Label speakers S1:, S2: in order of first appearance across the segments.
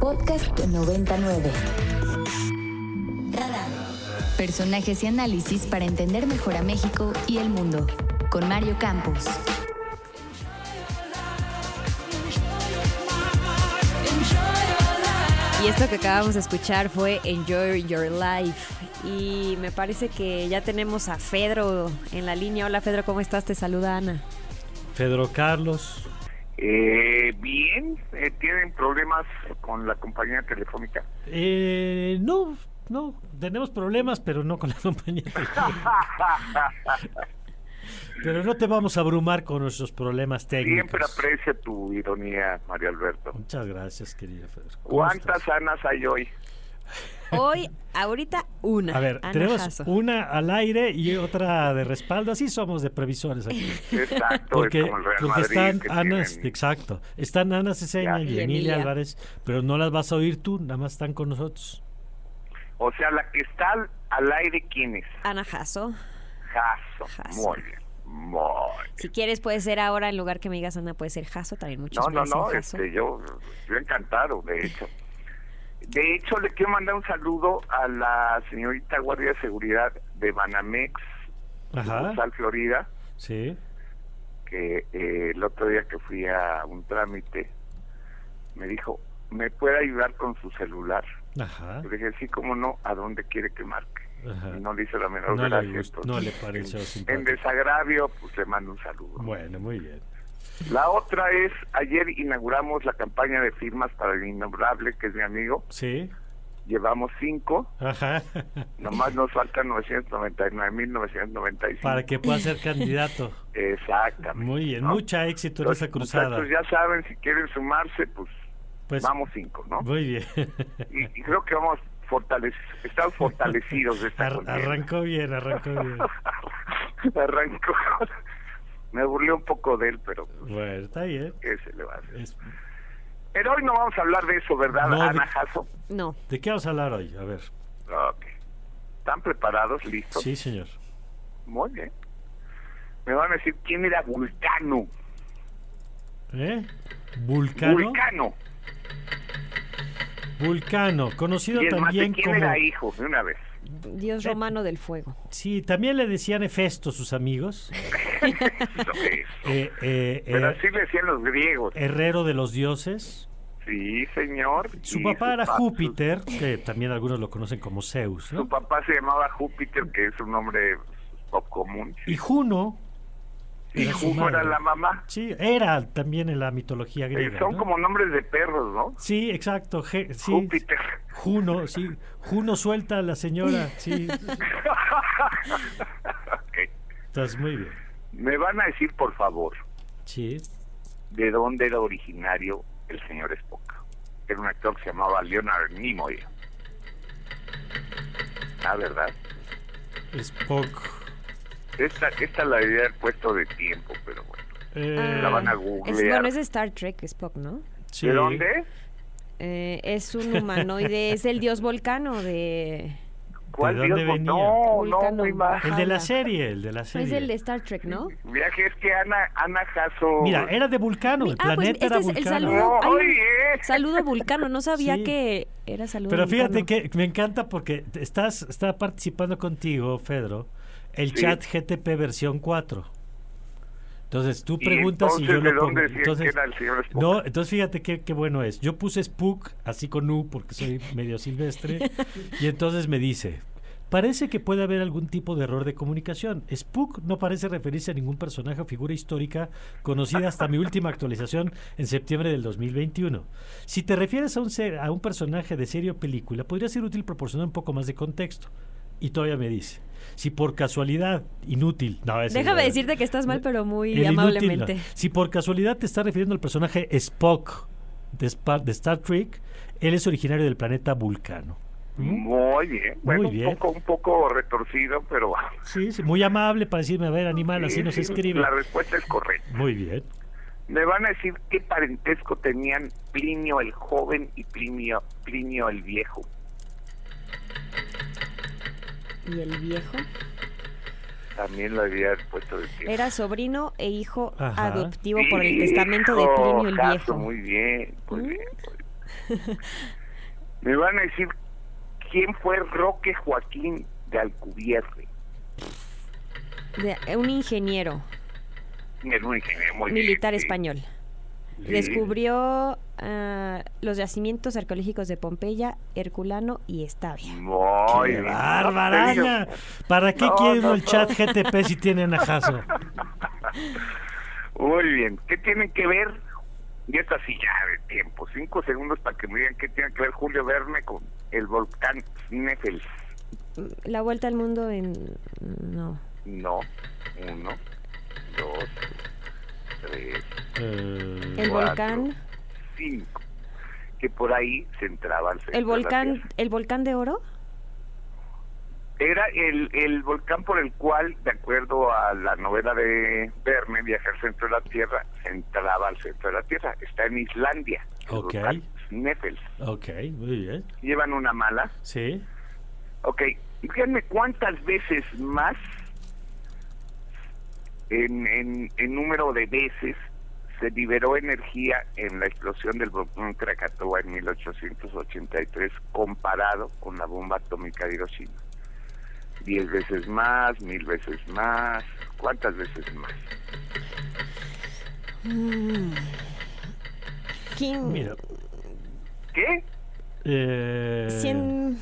S1: Podcast 99. Radar. Personajes y análisis para entender mejor a México y el mundo. Con Mario Campos.
S2: Y esto que acabamos de escuchar fue Enjoy Your Life. Y me parece que ya tenemos a Fedro en la línea. Hola Fedro, ¿cómo estás? Te saluda Ana.
S3: Pedro Carlos.
S4: Eh, bien, eh, tienen problemas con la compañía telefónica.
S3: Eh, no, no, tenemos problemas, pero no con la compañía. pero no te vamos a abrumar con nuestros problemas técnicos.
S4: Siempre aprecio tu ironía, Mario Alberto.
S3: Muchas gracias, querido Pedro. ¿Cómo
S4: ¿Cuántas
S3: estás?
S4: anas hay hoy?
S2: Hoy, ahorita, una.
S3: A ver,
S2: Ana
S3: tenemos
S2: Jasso.
S3: una al aire y otra de respaldo. Así somos de previsores aquí.
S4: Exacto,
S3: Porque,
S4: es como el Real
S3: porque
S4: Madrid.
S3: están
S4: que
S3: Anas,
S4: tienen-
S3: exacto. Están Ana Ceseña y,
S4: Ya.
S2: Y
S3: Emilia
S2: Emilia.
S3: Álvarez, pero no las vas a oír tú, nada más están con nosotros.
S4: O sea, la que está al, al aire, ¿quién es?
S2: Ana Jasso.
S4: Jaso.
S2: Jaso.
S4: Muy bien, muy bien.
S2: Si quieres, puede ser ahora, en lugar que me digas Ana, puede ser Jasso también. Muchos
S4: No,
S2: me
S4: no,
S2: dicen
S4: no,
S2: Jasso.
S4: este, yo, yo encantado, de hecho. De hecho, le quiero mandar un saludo a la señorita guardia de seguridad de Banamex,
S3: Ajá.
S4: Sal Florida,
S3: Sí.
S4: que eh, el otro día que fui a un trámite me dijo, ¿me puede ayudar con su celular?
S3: Ajá.
S4: Le dije, sí, cómo no, ¿a dónde quiere que marque?
S3: Ajá.
S4: Y no le hice la menor
S3: No le
S4: gracia.
S3: gustó,
S4: entonces,
S3: no le pareció
S4: en- en,
S3: simpático.
S4: desagravio, pues le mando un saludo.
S3: Bueno, muy bien.
S4: La otra es, ayer inauguramos la campaña de firmas para el innombrable, que es mi amigo.
S3: Sí.
S4: Llevamos cinco,
S3: Ajá.
S4: nomás nos faltan 999.995.
S3: Para que pueda ser candidato.
S4: Exactamente. Ah,
S3: Muy bien.
S4: ¿no?
S3: Mucha éxito en
S4: Entonces,
S3: esa cruzada.
S4: muchachos, ya saben, si quieren sumarse, pues,
S3: Pues
S4: vamos cinco, ¿no?
S3: muy bien.
S4: Y, y creo que vamos fortalecidos, estamos fortalecidos de esta
S3: Ar-
S4: contienda.
S3: arrancó bien, arrancó bien.
S4: Arrancó. Me burlé un poco de él, pero
S3: Bueno, está bien.
S4: ¿qué se le va a hacer?
S3: Es-
S4: Pero hoy no vamos a hablar de eso, ¿verdad,
S3: No, de-
S4: Ana Jasso?
S2: No,
S3: ¿De qué vamos a hablar hoy? A ver.
S4: Ok. ¿Están preparados? ¿Listos?
S3: Sí, señor.
S4: Muy bien. Me van a decir quién era Vulcano.
S3: ¿Eh? Vulcano.
S4: Vulcano.
S3: Vulcano, conocido
S4: Y el más de
S3: también
S4: quién
S3: como
S4: era hijo, de una vez.
S2: Dios
S3: eh,
S2: romano del fuego.
S3: Sí, también le decían Hefesto sus amigos.
S4: Eso es.
S3: Eh, eh,
S4: Pero
S3: eh,
S4: así le decían los griegos.
S3: herrero de los dioses.
S4: Sí, señor.
S3: Su
S4: Y
S3: papá era
S4: pa-
S3: Júpiter, que también algunos lo conocen como Zeus,
S4: Su
S3: ¿no?
S4: papá se llamaba Júpiter, que es un nombre pop común.
S3: Y Juno,
S4: Y
S3: era su
S4: Juno era
S3: madre.
S4: la mamá.
S3: sí, era también en la mitología
S4: Eh,
S3: griega.
S4: son
S3: ¿no?
S4: como nombres de perros, ¿no?
S3: Sí, exacto. je- sí,
S4: Júpiter.
S3: Juno, sí. Juno suelta a la señora, sí.
S4: Ok.
S3: Estás muy bien.
S4: Me van a decir, por favor,
S3: Sí.
S4: de dónde era originario el señor Spock. Era un actor que se llamaba Leonard Nimoy. Ah, ¿verdad?
S3: Spock.
S4: Esta, esta la debía haber puesto de tiempo, pero bueno.
S3: Eh,
S4: La van a
S2: Ah,
S4: googlear.
S2: es- bueno, es de Star Trek, Spock, ¿no?
S3: sí.
S4: ¿De dónde?
S2: Eh, es un humanoide, es el dios volcano de...
S4: ¿Cuál
S3: ¿De dónde
S4: dios?
S3: venía?
S4: No, no,
S2: Vulcano.
S4: muy mal.
S3: El de la serie, el de la
S2: No
S3: serie.
S2: es Pues el de Star Trek, ¿no?
S4: Viaje es que Ana, Ana Jasso.
S3: Mira, era de Vulcano, el
S2: Ah, pues,
S3: planeta era
S2: este es el
S3: Vulcano.
S2: saludo.
S4: No,
S2: Ay,
S4: oye. eh.
S2: Saludo vulcano, no sabía
S3: Sí.
S2: que era saludo
S3: Pero fíjate
S2: vulcano.
S3: que me encanta porque te- estás está participando contigo, Fedro, el
S4: Sí.
S3: chat GTP versión 4. Entonces tú
S4: Y
S3: preguntas y,
S4: entonces,
S3: yo
S4: ¿de
S3: lo
S4: dónde
S3: pongo.
S4: decían que era el señor Spock?
S3: no, entonces fíjate qué, qué bueno es. Yo puse Spook así con U porque soy medio silvestre y entonces me dice, parece que puede haber algún tipo de error de comunicación. Spook no parece referirse a ningún personaje o figura histórica conocida hasta mi última actualización en septiembre del 2021. Si te refieres a un, ser, a un personaje de serie o película, podría ser útil proporcionar un poco más de contexto. Y todavía me dice, si por casualidad, inútil. No, ese
S2: Déjame
S3: ya-
S2: decirte que estás mal, pero muy
S3: el inútil,
S2: amablemente.
S3: no. Si por casualidad te estás refiriendo al personaje Spock de, Spa- de Star Trek, él es originario del planeta Vulcano.
S4: Muy bien. Bueno,
S3: Muy bien.
S4: Un, poco, un poco retorcido, pero.
S3: Sí, sí, muy amable para decirme, a ver, animal, así
S4: sí,
S3: Ah, nos
S4: sí,
S3: escribe.
S4: La respuesta es correcta.
S3: Muy bien.
S4: Me van a decir qué parentesco tenían Plinio el joven y Plinio, Plinio el viejo.
S2: ¿Y el viejo?
S4: También lo había puesto de tiempo.
S2: Era sobrino e hijo
S3: Ajá.
S2: adoptivo por el testamento de
S4: Hijo,
S2: Plinio el
S4: Jaso,
S2: Viejo.
S4: Muy bien, muy
S2: Mm.
S4: bien. muy bien. Me van a decir quién fue Roque Joaquín de Alcubierre.
S2: De- un ingeniero
S4: Era un ingeniero muy
S2: militar
S4: bien, sí.
S2: español.
S4: Sí.
S2: Descubrió ah, los yacimientos arqueológicos de Pompeya, Herculano y Estavia.
S4: Muy
S3: ¡Qué
S4: bien.
S3: bárbara! ¿Para qué
S4: No,
S3: quieren
S4: no,
S3: el
S4: no.
S3: chat GTP si tienen a Jaso?
S4: Muy bien. ¿Qué tienen que ver? Y esta sí ya de tiempo. Cinco segundos para que me digan qué tiene que ver Julio Verne con el volcán Sneffels.
S2: La vuelta al mundo en... No.
S4: No. Uno, dos, tres,
S3: Eh,
S2: El
S4: Cuatro.
S2: volcán...
S4: cinco. Que por ahí se entraba al centro
S2: El
S4: de la
S2: volcán,
S4: Tierra.
S2: el volcán de oro.
S4: Era el, el volcán por el cual, de acuerdo a la novela de Verne, Viajar al centro de la Tierra, se entraba al centro de la Tierra. Está en Islandia. el
S3: Ok.
S4: volcán Sneffels.
S3: ok, muy bien.
S4: Llevan una mala.
S3: Sí.
S4: Ok, díganme cuántas veces más en, en, en número de veces se liberó energía en la explosión del volcán Krakatoa en 1883 comparado con la bomba atómica de Hiroshima. Diez veces más, mil veces más, ¿cuántas veces más?
S2: Mm. ¿Quién?
S3: Mira.
S4: ¿Qué?
S3: eh,
S2: cien-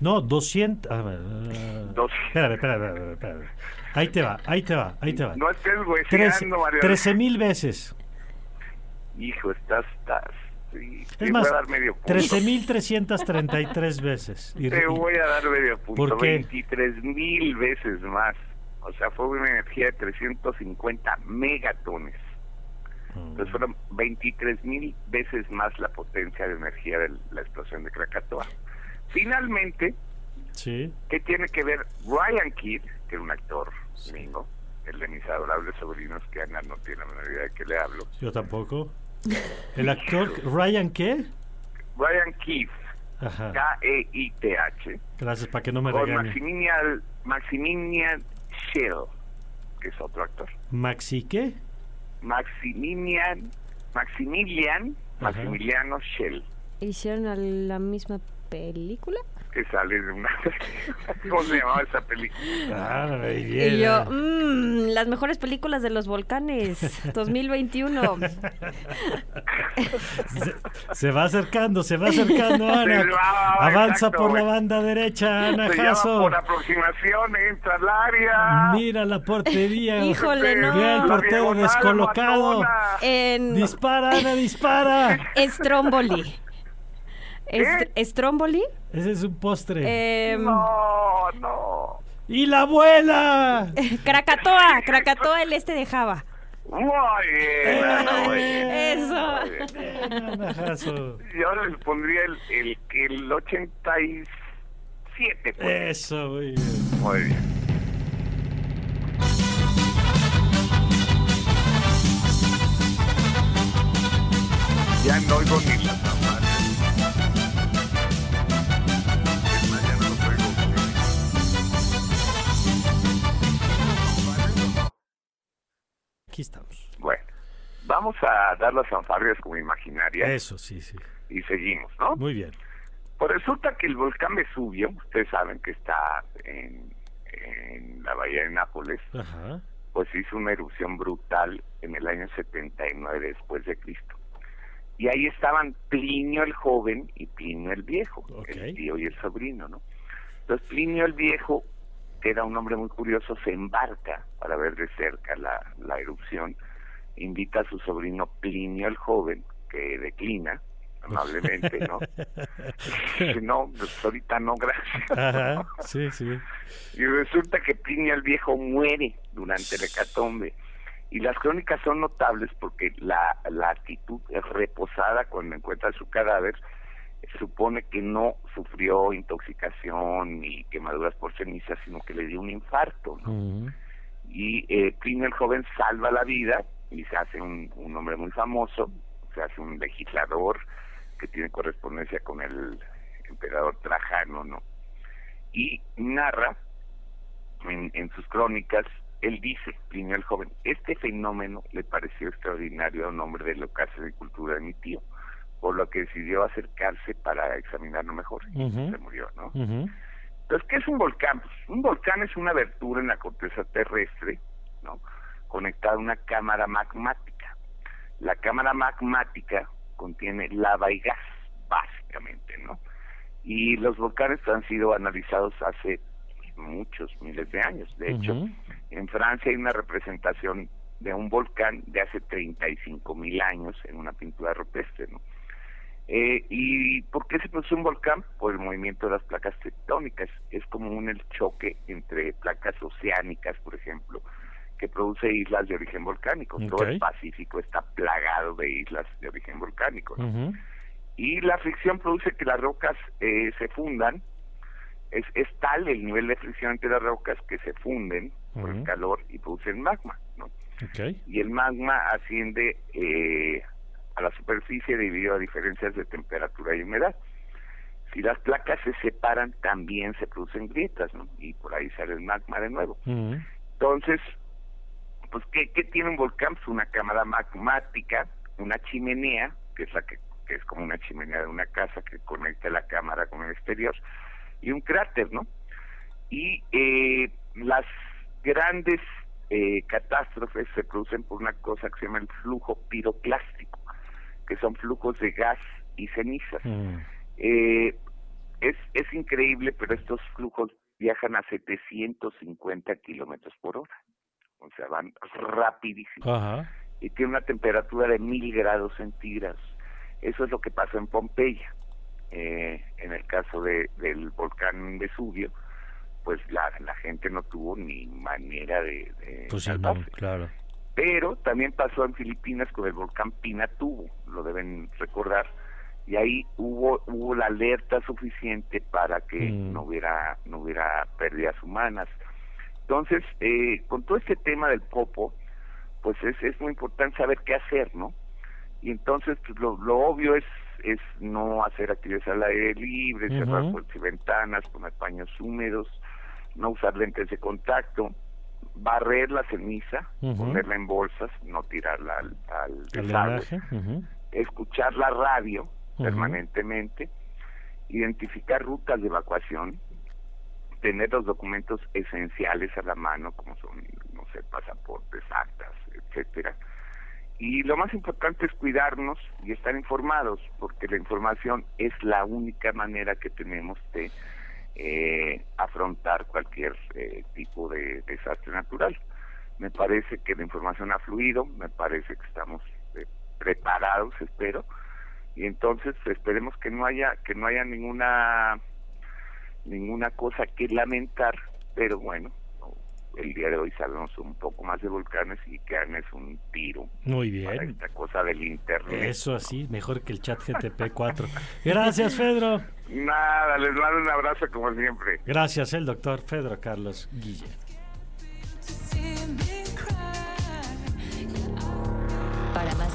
S3: No, 200. A ver, eh,
S4: Dos.
S3: Espérame, espérame, espérame, espérame. Ahí te va, ahí te va, ahí te va.
S4: No estés
S3: Trece-
S4: hueseando, Mario.
S3: Trece mil veces.
S4: Hijo, estás... estás sí,
S3: Es
S4: te
S3: más,
S4: voy a dar medio punto.
S3: 13.333 veces. Y-
S4: Te
S3: y-
S4: voy a dar medio punto.
S3: ¿Por qué?
S4: 23 mil veces más. O sea, fue una energía de 350 megatones.
S3: Mm.
S4: Entonces fueron 23 mil veces más la potencia de energía de la explosión de Krakatoa. Finalmente,
S3: Sí.
S4: ¿qué tiene que ver Ryan Kidd, que era un actor gringo, el de mis adorables sobrinos que Ana no tiene la menor idea de qué le hablo?
S3: Yo tampoco. El actor Ryan, ¿qué?
S4: Ryan E Keith,
S3: Ajá.
S4: K-E-I-T-H,
S3: Gracias, para que no Ah. me
S4: con
S3: regañen.
S4: Maximilian, Maximilian Schell, que es otro actor.
S3: Maxi, ¿qué?
S4: Maximilian, Maximilian,
S3: Ajá.
S4: Maximiliano Schell,
S2: ¿Hicieron a la misma película?
S4: que sale de una... ¿Cómo se llamaba esa película?
S3: Ah, muy bien.
S2: Y yo, mm, las mejores películas de los volcanes, 2021.
S3: Se, se va acercando, se va acercando, Ana.
S4: Se va,
S3: Avanza
S4: exacto,
S3: por la
S4: güey.
S3: banda derecha, Ana
S4: Se llama
S3: Jasso.
S4: por aproximación, entra al área.
S3: Mira la portería.
S2: Híjole, no.
S3: Ve al
S4: La
S3: portero
S4: diagonal,
S3: descolocado.
S4: matona.
S2: En
S3: Dispara, Ana, dispara.
S2: Stromboli. Est- Stromboli.
S3: Ese es un postre.
S2: em,
S4: No, no.
S3: ¡Y la abuela!
S2: Krakatoa, Krakatoa, el este de Java.
S4: Muy bien, Ana, muy bien.
S3: Eh.
S2: Eso.
S4: Muy bien.
S3: Bien, Ana Jasso.
S4: Yo les pondría el, el, el 87. pues.
S3: Eso, muy bien.
S4: Muy bien. Ya no oigo ni las campanas. Es más, ya no los oigo.
S3: Aquí estamos.
S4: Bueno, vamos a dar las fanfarrias como imaginarias
S3: Eso, sí, sí.
S4: y seguimos, ¿no?
S3: Muy bien.
S4: Pues resulta que el volcán Vesubio, ustedes saben que está en, en la bahía de Nápoles,
S3: Ajá.
S4: pues hizo una erupción brutal en el año 79 después de Cristo. Y ahí estaban Plinio el joven y Plinio el viejo,
S3: Ok.
S4: el tío y el sobrino, ¿no? Entonces Plinio el viejo, que era un hombre muy curioso, se embarca para ver de cerca la, la erupción, invita a su sobrino Plinio el joven, que declina amablemente, ¿no? Dice, no, pues ahorita no, gracias.
S3: Ajá. Sí, sí.
S4: Y resulta que Plinio el Viejo muere durante el hecatombe. Y las crónicas son notables porque la, la actitud reposada cuando encuentra su cadáver supone que no sufrió intoxicación ni quemaduras por ceniza, sino que le dio un infarto. ¿no?
S3: Ujú.
S4: Y eh, Plinio el Joven salva la vida y se hace un, un hombre muy famoso, se hace un legislador que tiene correspondencia con el emperador Trajano, ¿no? Y narra en, en sus crónicas, él dice, Plinio el Joven, este fenómeno le pareció extraordinario a un hombre de la casa de cultura de mi tío, por lo que decidió acercarse para examinarlo mejor. y
S3: Ujú.
S4: Se murió, ¿no?
S3: Ujú.
S4: Entonces, ¿qué es un volcán? Pues, un volcán es una abertura en la corteza terrestre, ¿no? Conectada a una cámara magmática. La cámara magmática contiene lava y gas, básicamente, ¿no? Y los volcanes han sido analizados hace pues, muchos miles de años. De hecho,
S3: Ujú.
S4: en Francia hay una representación de un volcán de hace 35 mil años en una pintura rupestre, ¿no? Eh, ¿Y por qué se produce un volcán? Por el movimiento de las placas tectónicas. Es como un el choque entre placas oceánicas, por ejemplo, que produce islas de origen volcánico. Todo el
S3: Ok.
S4: Pacífico está plagado de islas de origen volcánico. ¿no?
S3: Ujú.
S4: Y la fricción produce que las rocas eh, se fundan. Es, es tal el nivel de fricción entre las rocas que se funden por el
S3: Ujú.
S4: calor y producen magma. ¿no?
S3: Ok.
S4: Y el magma asciende eh, a la superficie debido a diferencias de temperatura y humedad. Si las placas se separan, también se producen grietas, ¿no? Y por ahí sale el magma de nuevo.
S3: Ujú.
S4: Entonces, pues, ¿qué, qué tiene un volcán? Pues una cámara magmática, una chimenea, que es la que, que es como una chimenea de una casa que conecta la cámara con el exterior, y un cráter, ¿no? Y eh, las grandes eh, catástrofes se producen por una cosa que se llama el flujo piroclástico, que son flujos de gas y cenizas.
S3: Mm.
S4: Eh, es, es increíble, pero estos flujos viajan a 750 kilómetros por hora. O sea, van rapidísimo.
S3: Ajá.
S4: Y tiene una temperatura de mil grados centígrados. Eso es lo que pasó en Pompeya. Eh, en el caso de- del volcán Vesubio, pues la, la gente no tuvo ni manera de, de
S3: Pues sí, no,
S4: salvarse.
S3: claro.
S4: Pero también pasó en Filipinas con el volcán Pinatubo, lo deben recordar. Y ahí hubo hubo la alerta suficiente para que
S3: Mm.
S4: no hubiera no hubiera pérdidas humanas. Entonces, eh, con todo este tema del popo, pues es, es muy importante saber qué hacer, ¿no? Y entonces pues, lo, lo obvio es es no hacer actividades al aire libre, cerrar
S3: Ujú.
S4: puertas y ventanas, poner paños húmedos, no usar lentes de contacto, barrer la ceniza,
S3: Ujú.
S4: ponerla en bolsas, no tirarla al, al
S3: El
S4: desagüe,
S3: drenaje, ujú.
S4: escuchar la radio
S3: Ujú.
S4: permanentemente, identificar rutas de evacuación, tener los documentos esenciales a la mano, como son, no sé, pasaportes, actas, etcétera. Y lo más importante es cuidarnos y estar informados, porque la información es la única manera que tenemos de eh, afrontar cualquier eh, tipo de desastre natural. Me parece que la información ha fluido, me parece que estamos eh, preparados, espero, y entonces esperemos que no haya que no haya ninguna ninguna cosa que lamentar, pero bueno, el día de hoy sabemos un poco más de volcanes y que es un tiro
S3: Muy
S4: para
S3: bien.
S4: esta cosa del internet.
S3: Eso así, mejor que el chat GTP4. Gracias, Pedro.
S4: Nada, les mando un abrazo como siempre.
S3: Gracias, el doctor Pedro Carlos Guille.
S1: Para más